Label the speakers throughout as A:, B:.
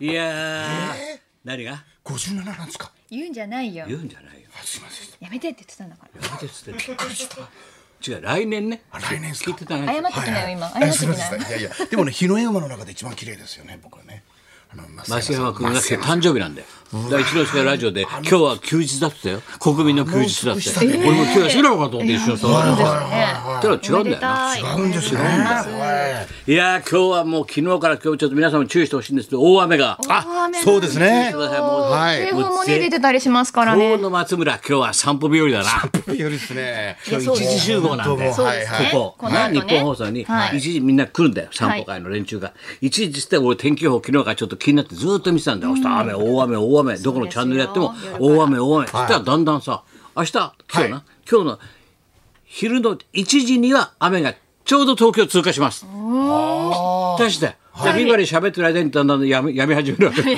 A: いやー、
B: え
A: 何が
B: 五十七なんですか。
C: 言うんじゃないよ
A: 言うんじゃないよ。
B: あすいません。
C: やめてって言ってたんだから
A: なんて言って
B: びっくりした。
A: た違う、来年ね。
B: あ来年です
A: 聞い
B: か
A: て。た
C: 謝
A: ね。
C: ってきなよ今謝
B: え
C: って
B: すい
C: き
B: ま
C: な
B: せん。い
C: よ
B: やいやでもね日の絵馬の中で一番綺麗ですよね僕はね。あの
A: 増山君が
B: 増山
A: 誕生日なんだよ。だから一之輔ラジオで、今日は休日だってよ。国民の休日だっ
B: もう
A: て。
B: そうでしたね
A: 俺も今日休みなのかと思って一緒に
B: はい
A: さ。
B: は
A: たら違うんだよな。
C: な
B: 違うんですよね。はい
A: やー、今日はもう昨日から今日ちょっと皆さんも注意してほしいんですけど、大雨が。あ
B: そうですね
A: ごめんなさいもう
B: はい
C: 警報もね出てたりしますから
A: 今
C: ね
A: 日の松村、今日は散歩日和だな。
B: い。よりですね。
C: やそうです
A: 一時集合なんで
B: もう
C: そう
B: は
C: で
B: い
C: す
B: はい
C: ね。
A: ここ、
C: この後
A: 日
C: ね
A: 本放送に
C: はい
A: 一時みんな来るんだよ、散歩会の連中が、一時して俺天気予報昨日からちょっと気になってずーっと見てたんだよ、そしたら雨大雨大雨どこのチャンネルやっても
C: そうですよ
A: 大雨大雨そしたらだんだんさ明日今日な、
B: はい
A: 今日の昼の1時には雨がちょうど東京通過します。出して。で、ビバリー喋ってる間にだんだんやみやみ始めるわけ。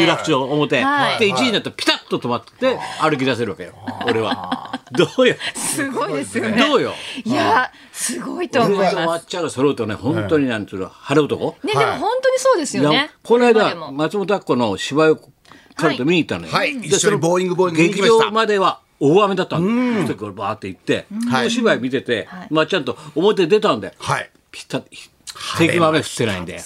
A: 有楽町表。
C: はい
A: で、1時になったらピタッと止まって歩き出せるわけよ。俺 は。どうよ。
C: すごいですよね
A: どうよ。
C: いやすごいと思い
A: 車
C: ます
A: が終わっちゃう揃うとね本当になんつうの晴れ男
C: ね、でも本当にそうですよ
A: いや
C: ね。
A: この
C: 今で
A: 間
C: も
A: 松本明子の芝居を彼と見に行ったのよ
B: はい
A: で
B: 一緒にボーイングボーイング見に行
A: 劇
B: きました
A: 場までは大雨だったんだその時俺バーって行って
B: はい
A: お芝居見てて
C: い
A: まっちゃんと表出たんで
B: はい。
A: ピタッ敵も雨降ってないんで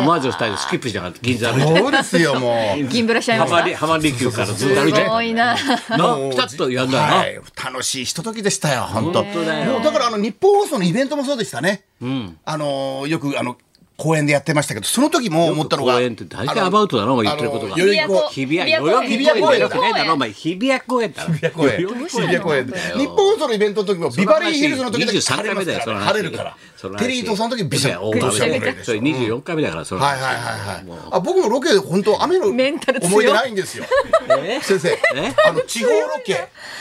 A: 思わず二人でスキップしながら銀座歩いて
B: そうですよもう。
C: 銀ブラしちゃいま
A: 浜
C: し
A: 離浜離宮からずっと
C: た。
A: 歩いて
C: すごいな。
A: なピタッとやんだよな
B: はい、楽しいひとときでしたよ本当
A: 当だよ
B: もうだからあの日本放送のイベントもそうでしたね、あのーよくあの公園でやってましたけどその時も思ったのが
A: 公園って大体アバウトだなお前言ってることが
B: あの代々木公園
A: 日比谷代々木公園じゃなくてねえだろお前日比谷公園だろ日
B: 公園日比谷公園で日本放送のイベントの時もビバリーヒルズの時だけ
A: 23
B: 晴
A: 回
B: れ
A: 目
B: ま
A: だよ
B: す
A: そ
B: か
A: の
B: ら
A: 話
B: 晴れるから
A: その話
B: テリー伊藤さんの時ビシャッ
A: いや
B: とし
A: 大雨
B: て
A: だよ
B: くれる
A: それ24回目だからその
B: はい
A: 話
B: はいはいはいあ僕もロケ本当雨の
C: メンタル強い
B: 思い出ないんですよ
A: え
B: 先生
A: え
B: あの地方ロケ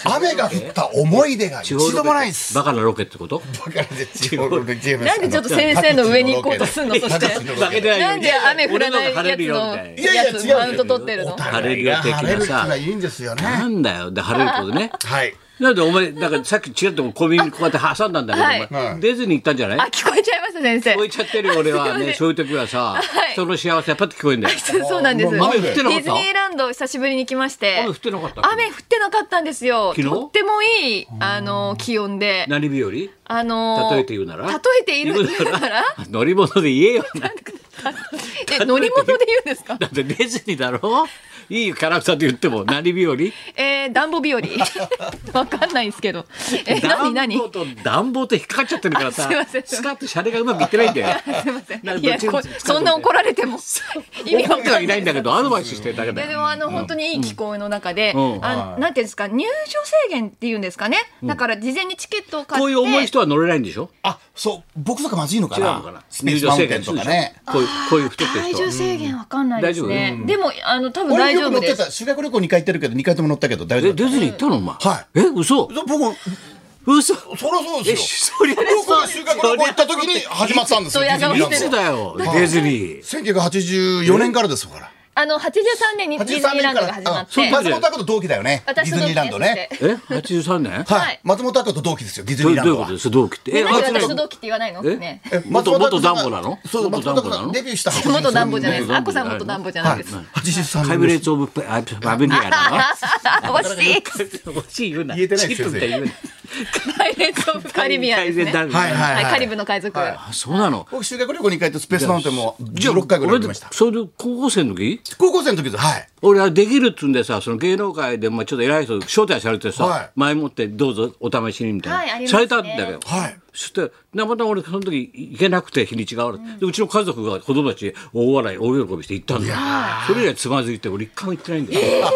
B: 雨が降った思い出が一
A: 地方ロケ
B: 度もないです
A: バカなロケってこと
B: バカで地方ロケ違います
C: なんでちょっと先生の上に行こうとすんのそして
B: 各地のロケ
A: バケてないよ
C: な
A: うに
C: んで雨降らない
A: 俺の方
C: やつ
A: が晴れるよみ
C: の
A: たい
B: いやいや
C: や
B: 違う
C: つ
B: よ
C: マウント取ってるの。
A: 晴れるよ的なさ
B: 晴れるってのはいいんですよね。
A: ななんだよで晴れることね
B: はい。
A: なんでお前だからさっき違っても小耳にこうやって挟んだんだけどお
B: は
A: 前
B: い
A: ディズニー行ったんじゃない
C: あ聞こえちゃいました先生
A: 聞こ。えちゃってるよ俺は
C: すいませ
A: ね
C: ん
A: そういう時はさ
C: はい
A: 人の幸せパッと聞こえるんだよ
C: そうなんです。デ
B: もう雨
A: 降ってなかった
C: ィズニーランド久しぶりに来まして。
A: 雨降ってなかった
C: 雨降ってなかったんですよ。
A: 昨日
C: とってもいいあの気温で。
A: 何日和
C: あの
A: 例えて言うなら
C: 例えている言うな ら
A: 乗り物で言えよ
C: え乗り物で言うんですか
A: だってディズニーだろいいキャラクターって言っても何日和
C: えー、暖房日和 わかんないんですけどえ何
A: 暖
C: 何
A: 房と暖房って引っかかっちゃってるからさ
C: あすいません
A: スカートシャレがうまくいってないんだよ
C: すいません
A: なんか
C: い
A: ど
C: や
A: っち
C: こ
A: みち
C: そんな怒られ ても意味
A: 怒
C: わか
A: っ
C: ん
A: て
C: な
A: はいいないんだ けどアドバイスしてるだけ
C: い
A: だ
C: やで
A: よ
C: もあの本当にいい気候の中で、
A: うん
C: あのなんていうんですか入場制限っていうんですかね、だから事前にチケットを買って
A: こういう重い人は乗れないんでしょ
B: あ、そう、僕とかまずいのか
A: 違う
B: な。
A: のかな
B: スペースマウンテンとかね。
A: こういうこういう太ってる
C: 体
A: 人
C: 重制限わかんないですね、
A: う
C: でもあの多分
B: 俺
C: 大丈
B: よく乗
C: 夫
B: っ
C: で
B: て
C: す
B: た。修学旅行2回行ってるけど、2回とも乗ったけど大丈
A: え
B: 夫
A: デ
B: だ
A: ィ
B: っ
A: ズニー行ったのお前
B: は
A: え嘘
B: た。そう僕、
A: 嘘
B: そりゃそう
A: え
B: ですよ。
A: そりゃ
B: 僕
A: そ
B: は
A: う
B: 修学旅行行った時に始まったんですよ。
C: ずっと野
B: ディ
C: 球
B: ズ
C: して
B: ニ
A: 嘘
B: ーラン
A: だよディズニー
B: ド1984年からですから。
C: あの83年にディズニ
B: 83
C: ーラ
B: 年
C: ン
B: か
C: ドが始ま
B: ら。
C: っ
B: あそう
C: て
B: 松本明子と同期だよね。ディ
C: 私
B: ズ
C: の
B: ニ
C: 同
B: ー
C: 期
B: ランドね
C: で。す
A: え83年
B: はい。松本明子と同期ですよ、ディズ
A: どう
B: ニー
A: ど
B: ラ
A: う
B: ン
A: いうことで。
B: ドは
A: す同期って
C: えなんで私
A: 松
C: の
A: 村
C: 同期って言わないのね
A: え元元ダンボなの
B: そう、松
A: 元
B: 本
A: ダンボな
B: 明子さん
A: の
B: デビューした
C: 私元ダンボじゃないです
A: ダ
C: あ
A: ンボ
C: こ
A: じゃ
C: さん
A: ないの
C: 元ダンボじゃな
B: はいい
C: です、
B: 83
A: ハイ
B: 年
A: ブレ
B: です
A: ーツ・オブ・アバビリアだな。
C: 惜しい
A: 欲しい言うな。
B: 言えてないです
A: チ
B: よ
A: ップみたいに言うな
C: パイレーツ・オブ・カリビアンですね
A: 改善ダ
C: は
A: ン
C: い、
A: ボ
B: はいはいはい。
C: カリブの海賊、
B: は
A: あそうなの。
B: 僕修学旅行に回ってスペースマウンテンも16回ぐらい行きました
A: 俺それで高校生の時
B: 高校生の時ですはい
A: 俺はできるっつうんでさその芸能界でまあちょっと偉い人招待されてさ、
B: はい
A: 前もってどうぞお試しにみたいな、
C: はいあります
A: さ
C: ね
A: れたんだけど、
B: はい
A: そしてたまたま俺その時行けなくて日にちが合わない、でうちの家族が子供たち大笑い大喜びして行ったんだよそれ以来つまずいて俺一回も行ってないんだよ、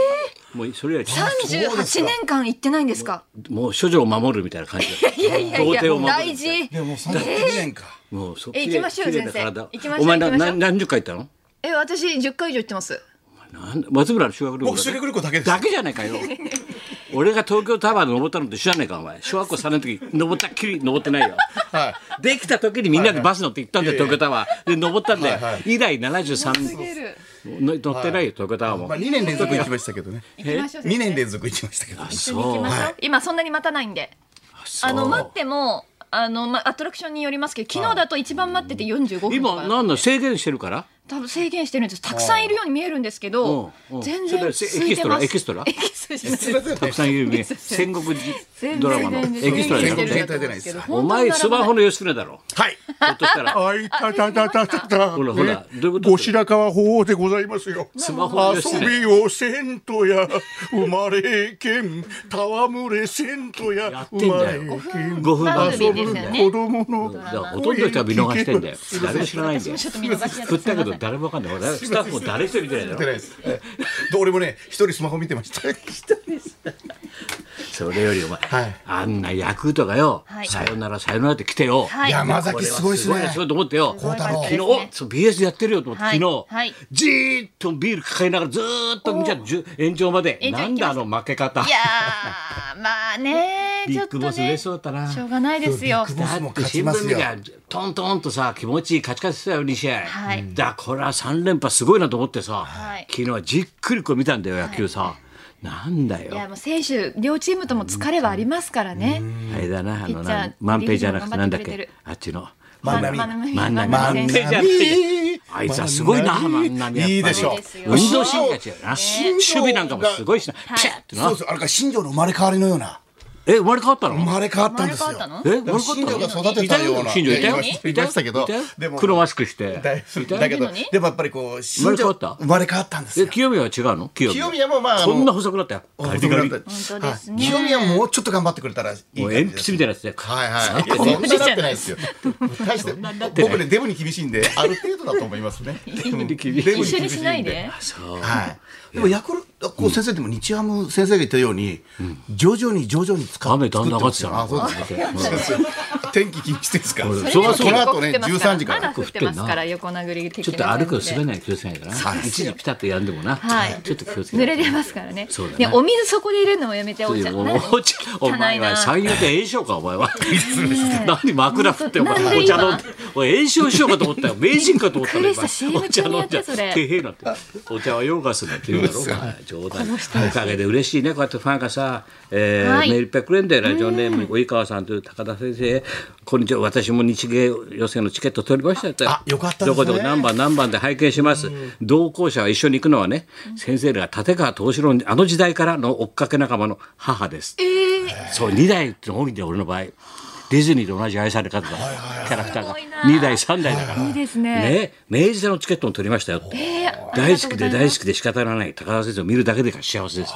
A: もうそれ以来
C: 38年間行ってないんですか
A: もう処女を守るみたいな感じだ
C: いやいやい
A: 童貞
C: や
A: を守る
C: 大事
B: でも32年か
A: もうそ
C: え行きましょう
A: 綺麗な
C: 先生
A: 体
C: 行きましょう
A: お前な
C: 行きましょう
A: 何何十回行ったの
C: え私10回以上行ってます
A: なん松村の修学旅行
B: 僕修
A: だ
B: 学
A: け
B: 旅行だけです
A: だけじゃない かよ俺が東京タワーで登ったのと一緒じゃないかお前小学校3年の時登ったっきり登ってないよ
B: はい
A: できた時にみんなでバス乗って行ったんだよ、
B: はいはい
A: 東京タワーで登ったんだよ、
B: はいはい
A: 以来73年
C: る
A: 乗ってないよ、東京タワーも、
B: まあ2年連続行きましたけどね
C: 行きましょう先生
B: 2年連続行きましたけど
C: 一緒に行きましょう、今そんなに待たないんであの待ってもあの、ま、アトラクションによりますけど昨日だと一番待ってて45分とか
A: 今なんの制限してるから
C: 多分制限してるんですたくさんいるように見えるんですけど
A: うんうん
C: 全
A: それ
C: 然
A: で
C: 空いてます
A: エキストラエ
C: エキストラじゃない
B: すいません
A: た
B: ね
A: くさんいる ね戦国
C: 全然
A: ドラマのエキストラじゃな
B: 全
A: くて
B: 然全然全然
A: お前スマホの吉野だろ
B: はい。
A: ひょっとしたら
B: あいたたたたたた。
A: ほらほら
B: ね
A: どういうこと
B: 後白河法皇でございますよ。
A: スマホの吉
B: 遊
A: 野
B: びをせん とや、生まれけん、戯れせんと
A: やっ
B: や、
A: てん
B: 生ま
A: だ
B: れ
A: よ
B: けん。
A: 5分番
B: 遊
A: 組
B: ぶ
A: ですよ
B: 子
A: ね
B: 供
A: だから
B: の
A: ほとんどの人は見逃してんだよ
B: 声に聞け
A: 誰も知らないんだよ
C: ちょっと見逃しちゃ
A: 振ったけど
C: すいま
A: 誰もわかんない俺スタッフも誰一人見てないだ
B: 見て
A: ろ
B: ないです。どう俺もね、一人スマホ見てました。
A: それよりお前
B: はい
A: あんなヤクルトがよ
C: はい
A: さよならさよならって来てよ
C: せんはい
B: 山
A: こ
B: 崎
A: れ
B: す
A: は
B: ごいですね。
A: すごいと思ってよ
C: すごい方です
A: 昨
C: ね
A: 日、おそう BS でやってるよと思って、
C: はい
A: 昨日、
C: はい
A: じーっとビール抱えながらずーっと見ちゃってじゅ延長まで
C: 延長
A: な
C: 行
A: ん
C: き
A: だ
C: ま
A: あ
C: した
A: の負け方
C: いやーまあね
A: ビ
C: ちょっ
A: ッ
C: と
A: グボス
C: ね
A: 嬉し
C: し
A: そうだったな
C: ょうがないですよ
B: ビッグボス
A: だ
B: も
A: って
B: 勝ち
A: 新
B: ます
A: 聞
B: よ
A: 見りゃトントンとさ気持ちいい勝ち勝ちしてたよ2試合、
C: はい
A: だからこれは3連覇すごいなと思ってさ、
C: はい
A: 昨日はじっくりこう見たんだよ野球さ、なんだ
C: いや
A: よ
C: もう選手両チームとも疲れはありますからね
A: あれだなあの
C: ピッチャ
A: な
C: ー
A: 万平じゃなくてなんだっ
C: リリーフも頑張ってくれ
A: け
C: てる
A: あっちの
B: 万波
C: まあまあ
A: 万波
C: まあ
A: 万
C: まあ
A: 波
C: 選手
A: あいつはすごいな
B: 万波
A: 万波やっぱり
B: いいでしょう。
A: 運動神経が違うな
B: 新
A: 守
B: 庄が
A: 備なんかもすごいしな
C: はい
A: ピャッて
B: そ
A: な
B: うそう、あれから新庄の生まれ変わりのような。
A: え生まれ変わったの
B: 生まれ変わったん
C: 丸
B: です
C: 変わ
B: よ
C: っ。たの
A: え生まれ変わった
B: 新
A: の
B: 庄が育てたような。
A: 新庄いたよ
B: やいましたけど
A: いたよ、
B: でも
A: 黒マスクして
B: だいぶだけど
C: いたのに
B: でもやっぱりこう新
A: 生まれ変わ
B: 庄
A: った
B: 生まれ変わったんです
A: え
B: よ。
A: 清宮は違うの清
B: 清宮もまああの
A: こんな細くなったよガリガリもう
C: 本当ですね
B: はい清宮もうちょっと頑張ってくれたらいい感じ
A: 鉛
B: です
A: 筆みたいなやつで
B: はいはい。
A: こ
B: そ
A: んなん
B: ななってないですよ。大して
A: ない
B: 僕ねデブに厳しいんである程度だと思いますね。
A: に厳しい
B: デブ
C: 一緒にしないで。
A: そう
B: はい。でもヤクルトこう先生でも日ハム先生が言ったように徐々に徐々に使っ
A: 雨だんだん上がってきたな
B: あそうですね。 天気気にしてですか。
A: そりゃそう
B: この
A: だ
B: 後ね13時か
C: まだ
B: ら。
C: 降ってますから横殴り的
A: ちょっと
C: な
A: 歩く
C: 感
A: の
C: じで
A: 滑らない気をつけないからな一時ピタッとやんでもな
C: はい
A: ちょっと気をつけ
C: 濡
A: な
C: れ
A: い
C: てますからね
A: そうだね
C: ねお水そこで入れるのもやめてお茶なんで
A: お茶お前は三遊亭炎症かお 前は 何枕振ってお前
C: なんで
A: お茶
C: 今
A: 飲んでおい炎症しようかと思ったよ名人かと思ったよ
C: びっくりした
A: 今お
C: CM
A: 茶
C: 中に
A: 飲
C: や
A: ん
C: っ
A: じゃ
C: て
A: っ
C: それ
A: てへえなんてお茶は溶かすなんて言うだろうか冗談おかげで嬉しいねこうやってファンがさえー
C: はい
A: メールいっぱいくれんだよラジオネームに及川さんという高田先生こんにちは私も日芸予選のチケット取りましたって
B: あよかったです
A: ど
B: ね
A: こどこ何番何番で拝見します同行者は一緒に行くのはね先生が立川東四郎にあの時代からの追っかけ仲間の母ですそう2代ってのが多いんだよ俺の場合ディズニーと同じ愛され方だキャラクター
C: す
A: が
C: ごいな
A: 2代3代だから
C: いいですね
A: ね明治座のチケットも取りましたよって大好きで大好きで仕方がない高田先生を見るだけでが幸せです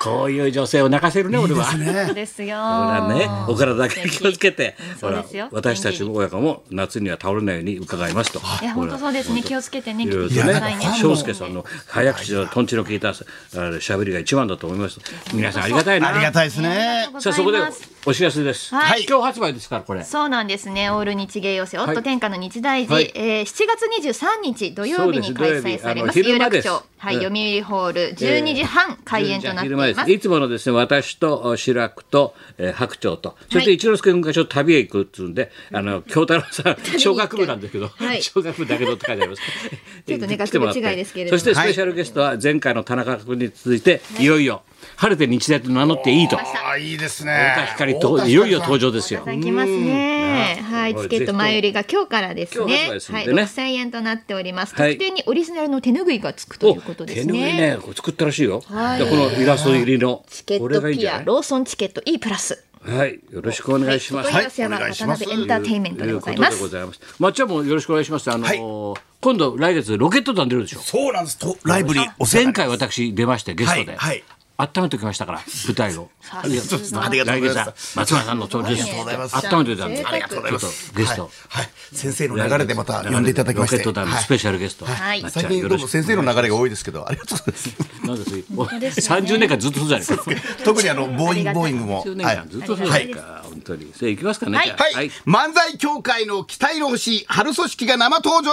A: こういう女性を泣かせるね俺は
C: そうですよ
A: ほらねお体だけ気をつけてほ
C: そう
A: ら
C: ですよ
A: 私たちの親子も夏には倒れないように伺いますと
C: いや
A: ほ
C: 本
A: ら
C: 当そうですね気をつけてね
A: いろいろ
C: 来
A: と
C: てくださ
A: ね
C: いね
A: 翔介さんの早口のとんちの効いたあの喋りが一番だと思います皆さんありがたいな
B: ありがたいですね。
A: さあそこでお知らせです、
C: はい
A: 今日発売ですからこれ
C: そうなんですね。オール日芸寄せ、
A: い
C: 夫天下の日大寺、
A: はい
C: えー7月23日土曜日
A: そうで
C: に
A: す
C: 開
A: 土曜日
C: 催されま
A: あ
C: す。
A: の昼
C: 有
A: 間です
C: 楽町、はい、
A: うん
C: 読売ホール12時半開演となっています。
A: 昼間ですいつものですね私と志らくと、えー白鳥とそして一之輔君がちょっと旅へ行くっつうんで、あの京太郎さん小学部なんだけど、
C: はい
A: 小学部だけどって書いてあります
C: ちょっとね
A: 来てもらって
C: 学部違いですけれども
A: そしてスペシャルゲストは前回の田中君に続いて、い、よいよ晴れて日大と名乗っていいと太
B: あいいですね。
A: 田光といよいよ登場ですよ
C: いただきますね。はい、
A: これ
C: チケット前売りが今日からです
A: 今日
C: ね
A: 発売。する
C: は
A: ん
C: い、
A: でね
C: 6000円となっております。
A: はい
C: 特典にオリジナルの手ぬぐいがつくと
A: お
C: いうことで
A: 手
C: す
A: ぬぐい
C: ね。
A: ねこれ作ったらしいよ、
C: はい
A: でこのイラスト入りの
C: チケ
A: こ
C: ッ
A: れ
C: ト
A: がいいんじ
C: ピ
A: ゃな
C: ア、
A: い
C: ローソンチケット E プラス。
A: はい、よろしくお願いします。
C: お問い合わせは渡
B: はいお願いします
C: 辺エンターテインメントでござい
A: と
C: ま
A: うことでご
C: す。
A: ざいます。まっちゃんもよろしくお願いします。あのー今度来月ロケット団出るでしょ。
B: そうなんです。とライブにお世
A: 前
B: 話になります
A: 回私出ましてゲストで。
B: はいはい
A: 温めておきましたから舞台を。ありがとうございます
B: ありがとう
A: 来
B: ござ
A: 月は
B: います
A: 松村さんの登場です。
B: ありがとうございます
A: 温めておいたんで。
C: ありがとうご
B: ざいます
A: ちょっとゲスト。
B: はい、はい、先生の流れでまた呼んでいただきまして
A: ロケット団のスペシャルゲスト。
B: はい
C: はい
A: まっちゃん
B: 最近
A: よ
B: ど
A: ろ
B: う
A: し
B: も
A: く
B: 先生の流れが多いですけどありがとうござ います
A: なんですよ
C: ですよね
A: 30年間ずっとそうじゃないですか。
B: 特にあのボーイングボーイングも
A: 30年
B: はい
A: 間ずっとそうじゃないですか。本当に。それ行きますかね。
C: はい
A: じゃあ
B: はい、漫才協会の期待の星春組織が生登場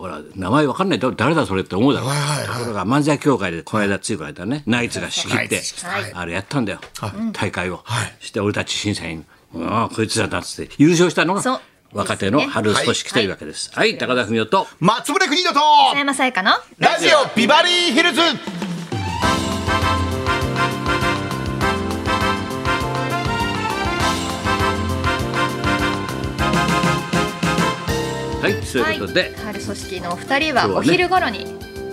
A: ほら名前わかんないだろ誰だそれって思うだろ、
B: はいはいはい
A: ところが漫才協会でこの間ついこの間ねナイツが仕切って
B: ナイツはい
A: あれやったんだよ、大会を、
B: はい
A: して俺たち審査員ああこいつらだっつって優勝したの
C: そう
A: が若手の春少し来てるわけですはい、高田文夫と
B: 松村邦人と
C: 佐山さやかの。
B: ラジオビバリーヒルズ
A: はいということで、
C: カール組織のお二人は
A: そうね
C: お昼頃に、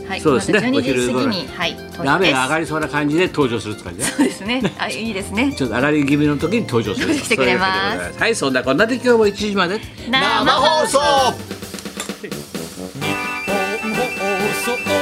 C: はい、
A: そうですね
C: まだ12
A: お昼
C: 時過
A: 頃
C: ぎに、はい、投票
A: 雨
C: です
A: が上がりそうな感じで登場するって感じね
C: そうですね。あ、いいですね。
A: ちょっと上がり気味の時に登場すると
C: 来てくれます
A: そういうことでございはいそんなこんなで今日も1時まで
C: 生
B: 生放送
D: 放送